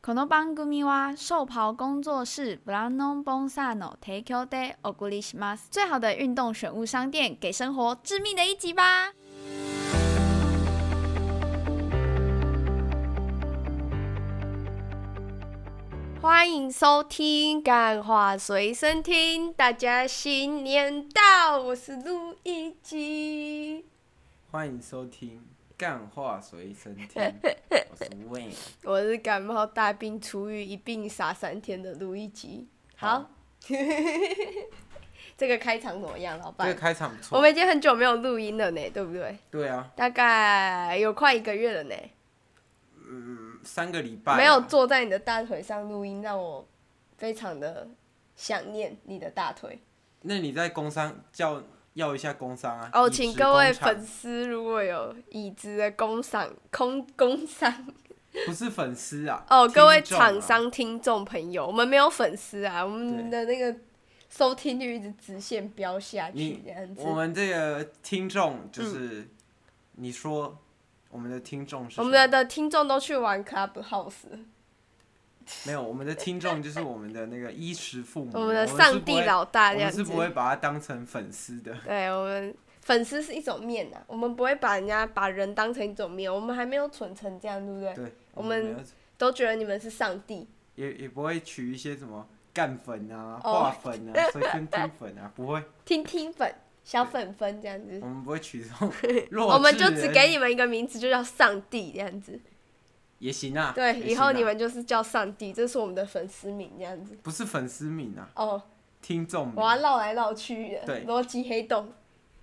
この番組は寿袍工作室ブランドボンサーの提供でお送りします。最好的运动选物商店，给生活致命的一击吧！欢迎收听《干话随身听》，大家新年到！我是陆一吉，欢迎收听《干话随身听》，我是 Wayne。我是感冒大病初愈，一病傻三天的陆一吉。好，，这个开场怎么样，老这个板？开场不我错。们已经很久没有录音了呢，对不对？对啊，大概有快一个月了呢，嗯，三个礼拜啊没有坐在你的大腿上录音，让我非常的想念你的大腿。那你在工商叫要一下工商啊？哦，饮食请各位工厂粉丝如果有已知的工商空工商不是粉丝啊，哦，各位听众啊厂，商听众朋友，我们没有粉丝啊，我们的那个收听率一直直线飙下去你这样子。我们这个听众就是、你说我们的听众是嗯什嗯我么们的听众都去玩 Clubhouse，没有我们的听众就是我们的那个衣食父母， 我我们的是上不帝会老大我这样们子是。不会把它当成粉丝的。对，我们粉丝是一种面啊，我们不会把人家把人当成一种面，我们还没有蠢成这样，对不对？对，我们们没有都觉得你们是上帝。也也不会取一些什么干粉啊、哦画粉啊、随身听粉啊，不 会，听听粉、小粉粉这样子我。们不会取这 种弱智人。我们就只给你们一个名字，就叫上帝这样子。也行啊。对，也以行啊后你们就是叫上帝，这是我们的粉丝名这样子。不是粉丝名啊，哦，听众我名。要绕来绕去的，对逻辑黑洞，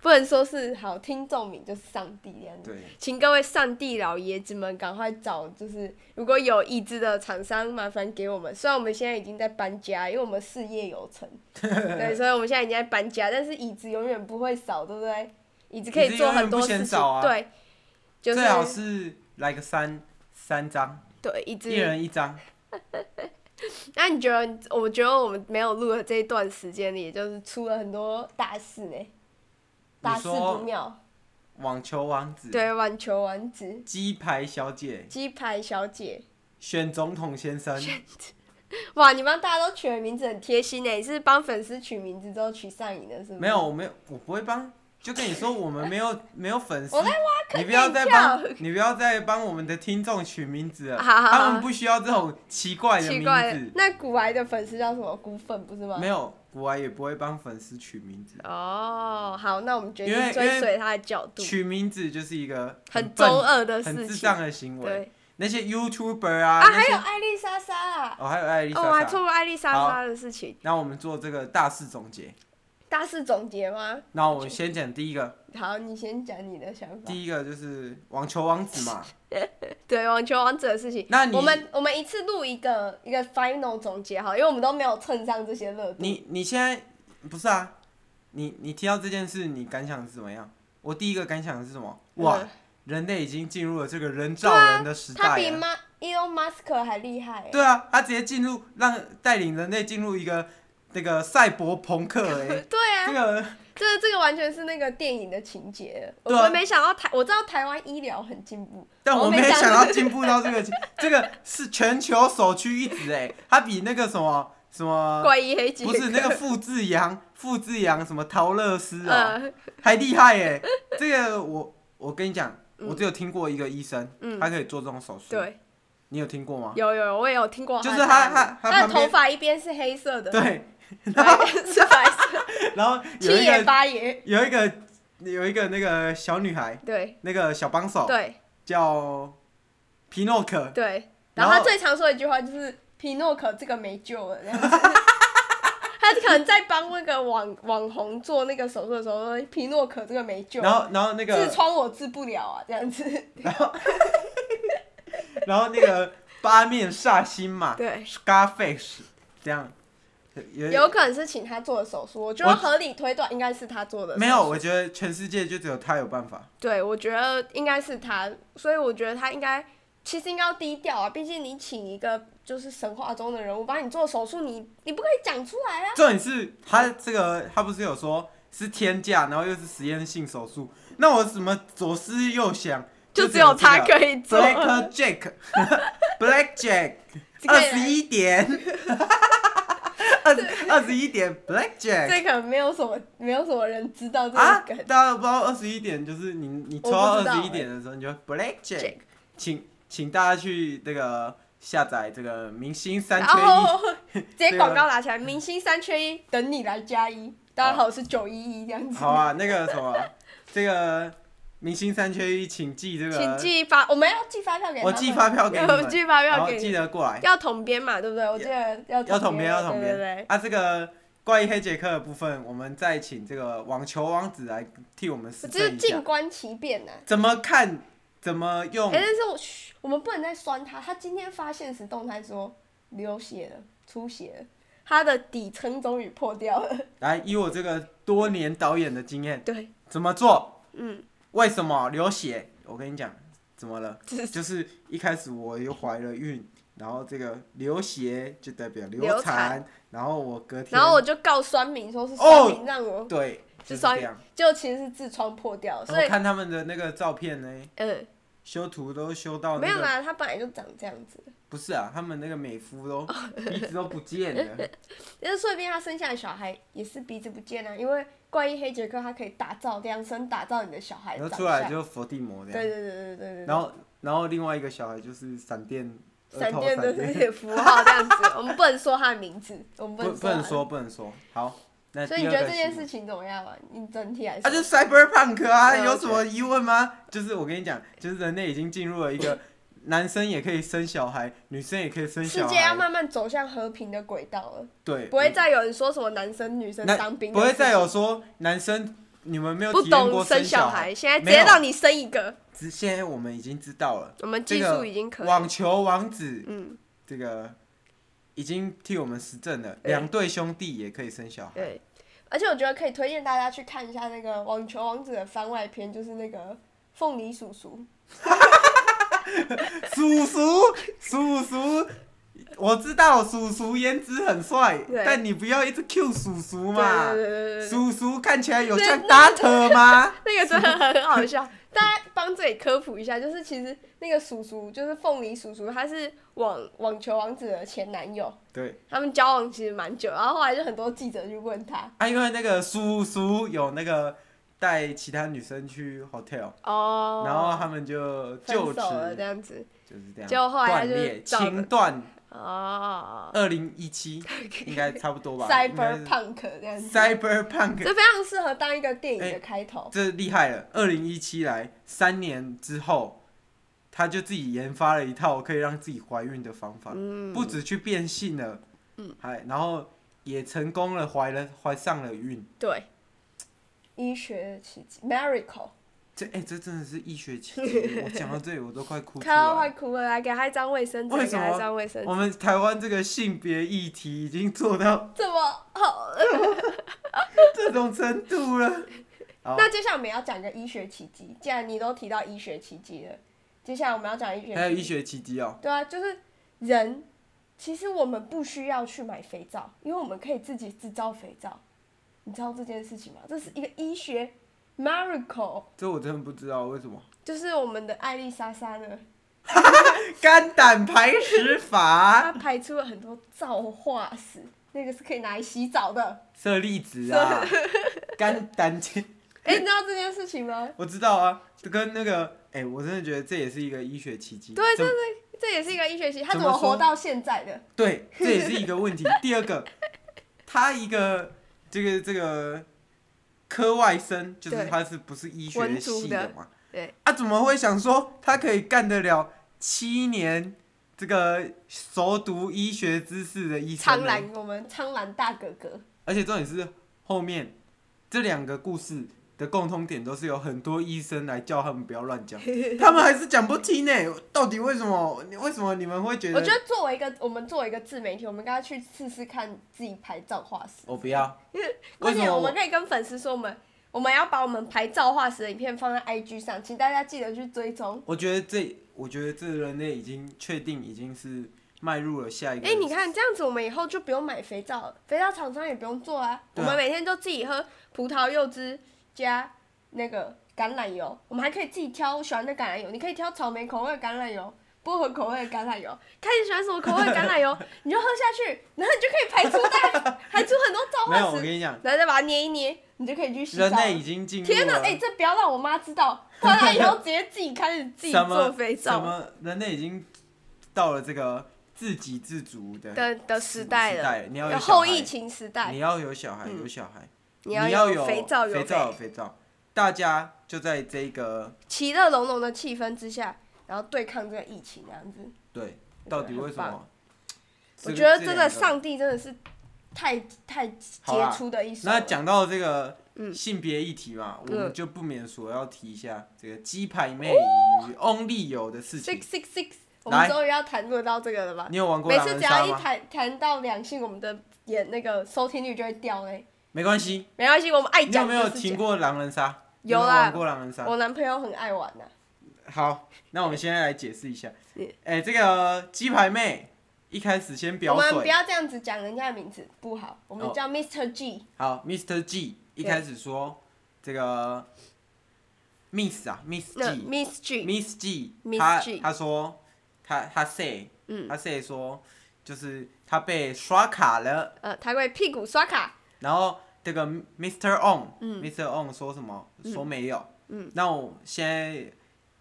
不能说是好听众名，就是上帝这样子。对，请各位上帝老爷子们赶快找，就是如果有意志的厂商，麻烦给我们。虽然我们现在已经在搬家，因为我们事业 有成，对，所以我们现在已经在搬家，但是椅子永远不会少，对不对？椅子可以做很多椅子永远不事嫌情，少啊对，就最好是是来个三三张，对椅子一人一张。那你觉得？我觉得我们没有录的这一段时间里，就是出了很多大事呢、大事不说妙。网球王子、对，网球王子、鸡排小姐、鸡排小姐，选总统先生，哇！你帮大家都取的名字很贴心呢、欸你是帮粉丝取名字之后取上瘾的，是不是？没有，，我没有，我不会帮。就跟你说，我们没有没有粉丝我在，你不要再给你跳帮，你不要再帮我们的听众取名字了，好好好他们不需要这种奇怪的奇名怪了字。。那古癌的粉丝叫什么？古粉不是吗没？有，古玩也不会帮粉丝取名字，哦，好，那我们决定因为追随他的角度，取名字就是一个很笨中二的很事智情障。的行为。对那些 YouTuber 啊，啊，那还些有艾丽莎莎啊，哦，还有艾丽哦，我还莎错莎。过艾丽莎好莎的事情。那我们做这个大事总结。大事总结吗？那我们先讲第一个，好，你先讲你的想法。第一个就是网球王子嘛。对网球王子的事情，那你我们我们一次录一个一个 final 总结哈，因为我们都没有蹭上这些热度。你你现在不是啊？你你听到这件事，你感想是怎么样？我第一个感想是什么？哇嗯，人类已经进入了这个人对造啊人的时，代了。他比马 Elon Musk 还厉害欸。对啊，他直接进入让带领人类进入一个那个赛博朋克哎、 对这啊，个这个这个完全是那个电影的情节。我对啊们没想到台，我知道台湾医疗很进步，但我我没没想到到进步到这个 这个是全球首屈一指哎、他比那个什么什么怪医黑杰克啊不是 那个傅志阳傅志阳什么陶乐斯哦、嗯还厉害哎、 这个我我跟你讲，我只有听过一个医生，他可以做这种手术，嗯对，你有听过吗？有有我也有听过的啊就答案，是他他他他的旁头边发一边是黑色的，， 对，是白色，然后 有七一爷个八爷，有一个有一个那个小女孩。对那个小帮手对。叫皮诺可，对，然然后他后最常说的一句话就是“皮诺可这个没救了”，这样子。他可能在帮那个网网红做那个手术的时候说：“皮诺可这个没救然了，后然后那痔个疮我治不了啊。”这样 子。然后那个八面煞星嘛对， ，Scarface 这样，有 有可能是请他做的手术，我觉得我合理推断应该是他做的。没有？？我觉得全世界就只有他有办法。对，我觉得应该是他，所以我觉得他应该其实应该要低调啊，毕竟你请一个就是神话中的人物帮你做手术，你你不可以讲出来啊。 重点是他这个他不是有说是天价，然后又是实验性手术，那我怎么左思右想，就只只有他这个可以 做 Black Jack，Black Jack， 这二个十一点，二二十一点 blackjack 这可 能没有什么没有什么人知道这啊个梗，，大家都不知道二十一点就是你你抽到我不知道二十一欸点的时候，你就 blackjack， Jack 请请大家去那个下载这个明星三然缺一，后 直接广告拿起来，明星三缺一，等你来加一。大家好，我是九一一这样 子。好啊，那个什么，这个明星三缺一，请寄这请个，寄发，我们要寄发票给他啊我们。寄发票给你我们， 寄发然票后给记你。得过来，要统编嘛，对不对？我记得要要统编要统对对编对。啊，这个。关于黑杰克的部分，我们再请这个网球王子来替我们实我只是证一静下，观其变呐、怎么看，怎么用哎、，但是我嘘我们不能再酸他。他今天发现实动态说流血了，出血了，他的底层终于破掉了。来以我这个多年导演的经验，对，怎么做？嗯，为什么流血？我跟你讲，怎么 了？这是就是一开始我又怀了孕，然后这个流血就代表流流产，然后我隔天， 然后我就告酸民说是哦酸民让我，对，就是是双这样。就其实是痔疮破掉，所然后以看他们的那个照片呢，嗯，修图都修到哦没那有个，啦，他本来就长这样子。不是啊，他们那个美肤都哦鼻子都不见 了，但是说不定他生下的小孩也是鼻子不见啊，因为怪异黑杰克他可以打造量身打造你的小孩然的后长出来相。就伏地魔这哎对对样。对对对对。然后，然后另外一个小孩就是闪电，额闪头电闪的那电，些符号这样子， 我们不能说他的名字，我们不能不说他能的。说不能说。好，那所以你第觉二得个这件新闻事情怎么样啊？你整体来他说，就是 cyberpunk 啊，对有什么疑问吗？就是我跟你讲，就是人类已经进入了一 个男生也可以生小孩，女生也可以生世小界要孩，慢慢走向和平的轨道了，对，不会再有人说什么男生女生那当兵不的会事情，再有说男生你们没有不体验懂过生小孩，，现在直没接有让你生一个，只现在我们已经知道了，我们这技个术已经可以了，网球王子嗯，这个已经替我们实证了，对两对兄弟也可以生小孩，对。而且我觉得可以推荐大家去看一下那个《网球王子》的番外篇，就是那个凤梨叔叔，叔叔叔叔。我知道叔叔颜值很帅对，但你不要一直 Q 叔叔对嘛。对对对对对，叔叔看起来有对像 Dart 吗？ 那个真的很好笑。大家帮这里科普一下，就是其实那个叔叔就是凤梨叔叔，他是网网球王子的前男友，对，他们交往其实蛮久，然后后来就很多记者去问他，啊，因为那个叔叔有那个带其他女生去 hotel，、哦然后他们就分就手了这此样子，就是这样就后来他断就裂，找情断。哦二零一七应该差不多吧 ，cyberpunk 这样子， ，Cyberpunk，这非常适合当一个电影哎的开头，这厉害了。二零一七来三年之后，他就自己研发了一套可以让自己怀孕的方法，嗯不止去变性了，嗯，还然后也成功了怀了怀上了孕。对，医学的奇迹 miracle，这哎、这真的是医学奇迹！我讲到这里，我都快哭出 看到来快了。哭了，来给他一张卫生纸，为给什么哦他一张卫生我纸，们台湾这个性别议题已经做到这么好呃了。这种程度了。好，那接下来我们要讲个医学奇迹，既然你都提到医学奇迹了，接下来我们要讲医学奇迹。还有医学奇迹哦，对啊，就是人，其实我们不需要去买肥皂，因为我们可以自己制造肥皂。你知道这件事情吗？这是一个医学 miracle，这我真的不知道为什么。就是我们的艾丽莎莎呢，肝胆排石她法，排出了很多皂化石，那个是可以拿来洗澡的。舍利子 啊，肝胆结，哎、你知道这件事情吗？我知道啊，这跟那个，哎、我真的觉得这也是一个医学奇迹。对，怎么这是这也是一个医学奇迹，她怎怎么么说活到现在的？对，这也是一个问题。第二个，他一个这个这个科外生，就是对他是不是医学文组系的嘛？对，啊，怎么会想说他可以干得了七年这个熟读医学知识的医生苍呢？兰，我们苍兰大哥哥。而且重点是后面这两个故事的共通点都是有很多医生来叫他们不要乱 讲，他们还是讲不听呢。到底为什么？你为什么你们会觉得？我觉得作为一个我们作为一个自媒体，我们应该去试试看自己拍照化石。哦我不要。为而什且么我我们可以跟粉丝说，我们我们要把我们拍照化石的影片放在 IG 上，请大家记得去追踪。我觉得这，我觉得这人类已经确定已经是迈入了下一个。哎、你看这样子，我们以后就不用买肥皂了，肥皂厂商也不用做啊。对我啊们每天就自己喝葡萄柚汁加那个橄榄油，我们还可以自己挑我喜欢的橄榄油，你可以挑草莓口味的橄榄油，薄荷口味的橄榄油，看你喜欢什么口味的橄榄 油，你就喝下去，然后你就可以排出大排出很多皂没有，化我石，跟你讲，然后再把它捏一捏，你就可以去洗澡人了。类已经进入天哪！了哎、这不要让我妈知道，不然她以后直接自己开始自己什么做肥什皂么人类已经到了这个自给自足的的的时代了，你要有有小后孩疫情时代你，要有小孩，嗯有小孩，你要有肥皂肥有皂有肥肥皂，大家就在这个其乐融融的气氛之下，然后对抗这个疫情这样子。对，对到底为什很么？我这个觉得这真两的个上帝真的是太太好啦杰出的一手了。那讲到这个嗯性别议题嘛，我们嗯就不免所要提一下这个鸡排妹与 Only 有的事哦 six 情。 six six，我来们终于要谈论到这个了吧？你有玩过每狼次人只要杀一吗？谈谈到两性，我们的眼那个收听率就会掉嘞。没关系，没关系，我们爱你有讲没就是有讲听？过狼人杀？有你没啦玩过狼人杀。我男朋友很爱玩呐、好，那我们现在来解释一下是。哎、这个鸡排妹一开始先我表们不水。要这样子讲人家的名字不好，我哦们叫 Mr. G。好，Mr. G 一开始说这个 Miss 啊，Miss 那 G。 Miss G， Miss G， Miss 他 G 他说他他 say，嗯他 say 说就是他被刷卡了，呃，他会屁股刷卡，然后这个 Mr. On，Mr.、嗯 On 说什么？说没有。嗯，那我现在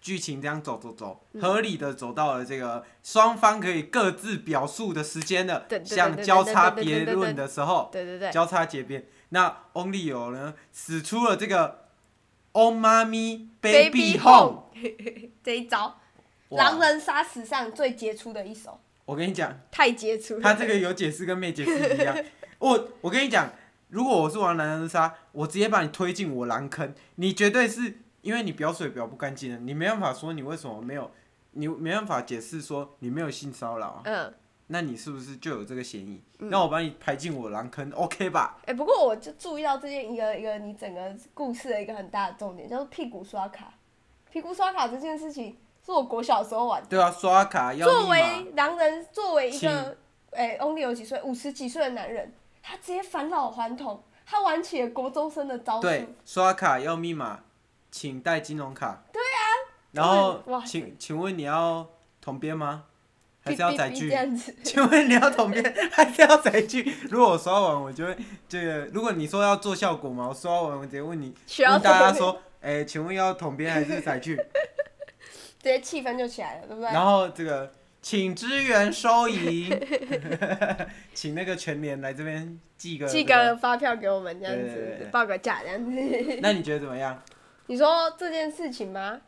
剧情这样走走走，合理的走到了这个双方可以各自表述的时间了对，对对像对交对叉对对辩对论的时候，对对对，交叉结辩。那 Only 有呢，使出了这个 Oh Mommy Baby Baby Home，这一招，哇狼人杀史上最杰出的一手，我跟你讲。太杰出了。 他这个有解释跟没解释一 样。我我跟你讲，如果我是玩狼人杀，我直接把你推进我狼坑，你绝对是因为你表水表不干净了，你没办法说你为什么没有，你没办法解释说你没有性骚扰啊，呃嗯，那你是不是就有这个嫌疑？那我把你排进我狼坑，OK 吧？哎、不过我就注意到这件一个一个你整个故事的一个很大的重点，就是屁股刷卡。屁股刷卡这件事情是我国小时候玩的，对啊，刷卡要作密码，为狼人，作为一请个哎、o n l y 有几岁，五十几岁的男人，他直接返老还童，他玩起了国中生的招数。对，刷卡要密码，请带金融卡。对啊。然就是哇后，请请问你要统编吗？还哔是要哔载哔具这？样子。请问你要统编还是要载具？ 如果我刷完，我就会这个。如果你说要做效果嘛，我刷完我直接问你，需要问大家统编说，哎、请问要统编还是载 具？直接气氛就起来了，对不对？然后这个，请支援收 银，请那个全联来这边寄个、寄个。发票给我们这样对对对对子，报个价这样子。那你觉得怎么样？你说这件事情吗？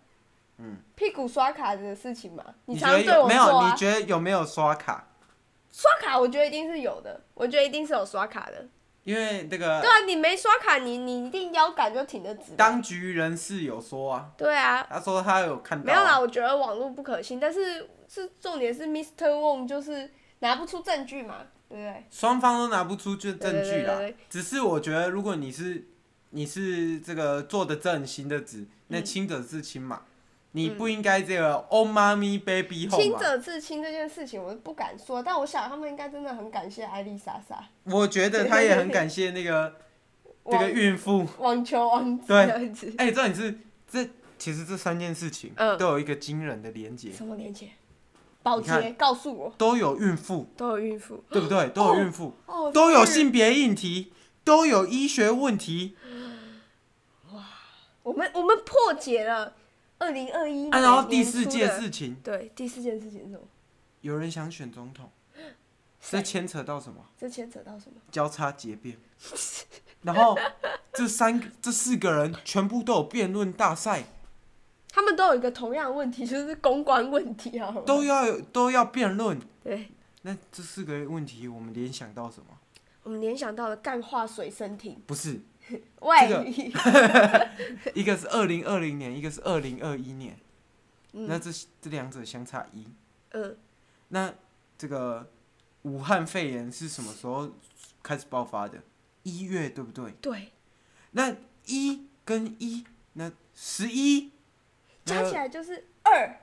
嗯，屁股刷卡的事情吗？ 你觉常得常对有我没做有？啊你。觉得有没有刷卡？刷卡我觉得一定是有的，我觉得一定是有刷卡的。因为这对个啊，你没刷卡，你你一定腰杆就挺得直嘛。呃当局人士有说啊，对啊，他说他有看到、啊。没有啦，我觉得网络不可信，但是是重点是 Mr. Wong 就是拿不出证据嘛，对不对？双方都拿不出证证对对据啦对对。只是我觉得，如果你是你是这个做的正，行的直，那嗯亲者是亲嘛，你不应该这个 Oh mommy baby 后亲嘛。者自亲这件事情我是不敢说，但我想他们应该真的很感谢艾丽莎莎我觉得他也很感谢那个 这个网孕妇。网球王子对这样子。哎、重点是这其实这三件事情嗯都有一个惊人的连结，什么连接？保你看洁告诉我，都有孕 妇，都有孕妇对不对？都有孕妇，哦，都有是性别议题，都有医学问题。哦我们我们破解了二零二一啊，年然后第四年初件哎的事情，对第四件事情是什么？有人想选总统，这谁牵扯到什么？这牵扯到什么？交叉结辩， 然后这三个这四个人全部都有辩论大赛，他们都有一个同样的问题，就是公关问题啊。都要有都要辩论。对，那这四个问题，我们联想到什么？我们联想到了干化水生艇，不是，喂，这 个一个是二零二零年，一个是二零二一年，那这这两者相差一。嗯，那这个武汉肺炎是什么时候开始爆发的？一月对不对？对，那一跟一，那十一加起来就是二，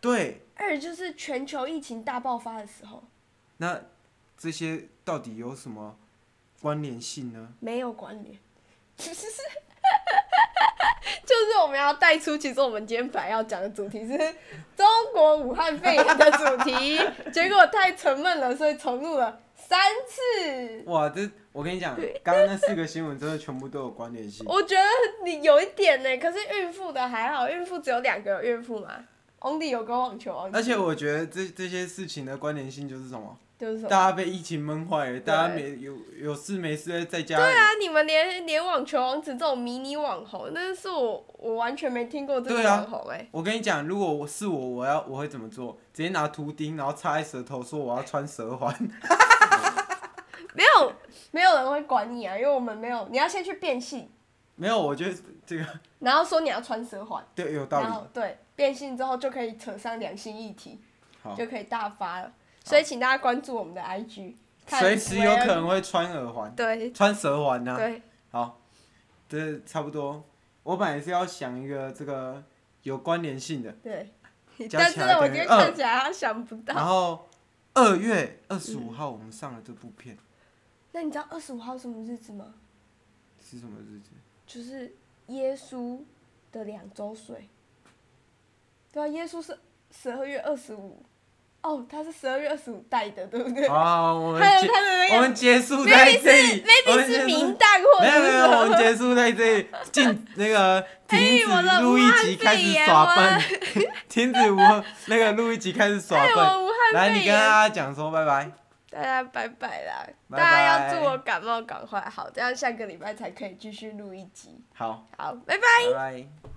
对，二就是全球疫情大爆发的时候，那这些到底有什么 关联性呢？没有关联。就是我们要带出，其实我们今天本来要讲的主题是中国武汉肺炎的主题， 结果太沉闷了，所以重录了三次。哇，这我跟你讲，刚刚那四个新闻真的全部都有关联 性。我觉得你有一点呢，可是孕妇的还好，孕妇只有两个孕妇嘛，Only 有跟网球，Only 而且我觉得这这些事情的关联性就是什么？就是什么？大家被疫情闷坏了，大家没有有事没事在家对里。啊，你们连连网球王子这种迷你网红，那是我我完全没听过这个对啊网红哎、我跟你讲，如果我是我，我要我会怎么做？直接拿图钉，然后插在舌头，说我要穿舌 环。没有没有人会管你啊，因为我们没有，你要先去变性，没有，我觉得这个然后说你要穿蛇环，对有然道后对变性之后就可以扯上两性议题，好就可以大发了。所以请大家关注我们的 IG，理，看随时有可能会穿耳环，对穿舌环啊呐、对，好，这差不多。我本来是要想一个这个有关联性的，对，加但起是来我等今于天二看起来他想不然到。后二月二十五号我们上了这部片、那你知道二十五号什么日子吗？是什么日子？ 就是耶稣的两周岁。对啊，耶稣是十二月二十五，哦，他是十二月二十五带的，对不对？好，哦我们他的结他的那个我们结束在这 里。我们结 maybe 是束明旦或没有者哦没是有，我什们么？ 结束在这里，进那个停止我的录武一汉集开始肺炎耍我笨， 停止无那个录一集开始耍哎，笨。我武汉来，你肺跟炎，大家讲说拜拜。大家拜拜啦！拜拜大家要祝我感冒赶快好，这样下个礼拜才可以继续录一集。好，好，拜拜。拜拜。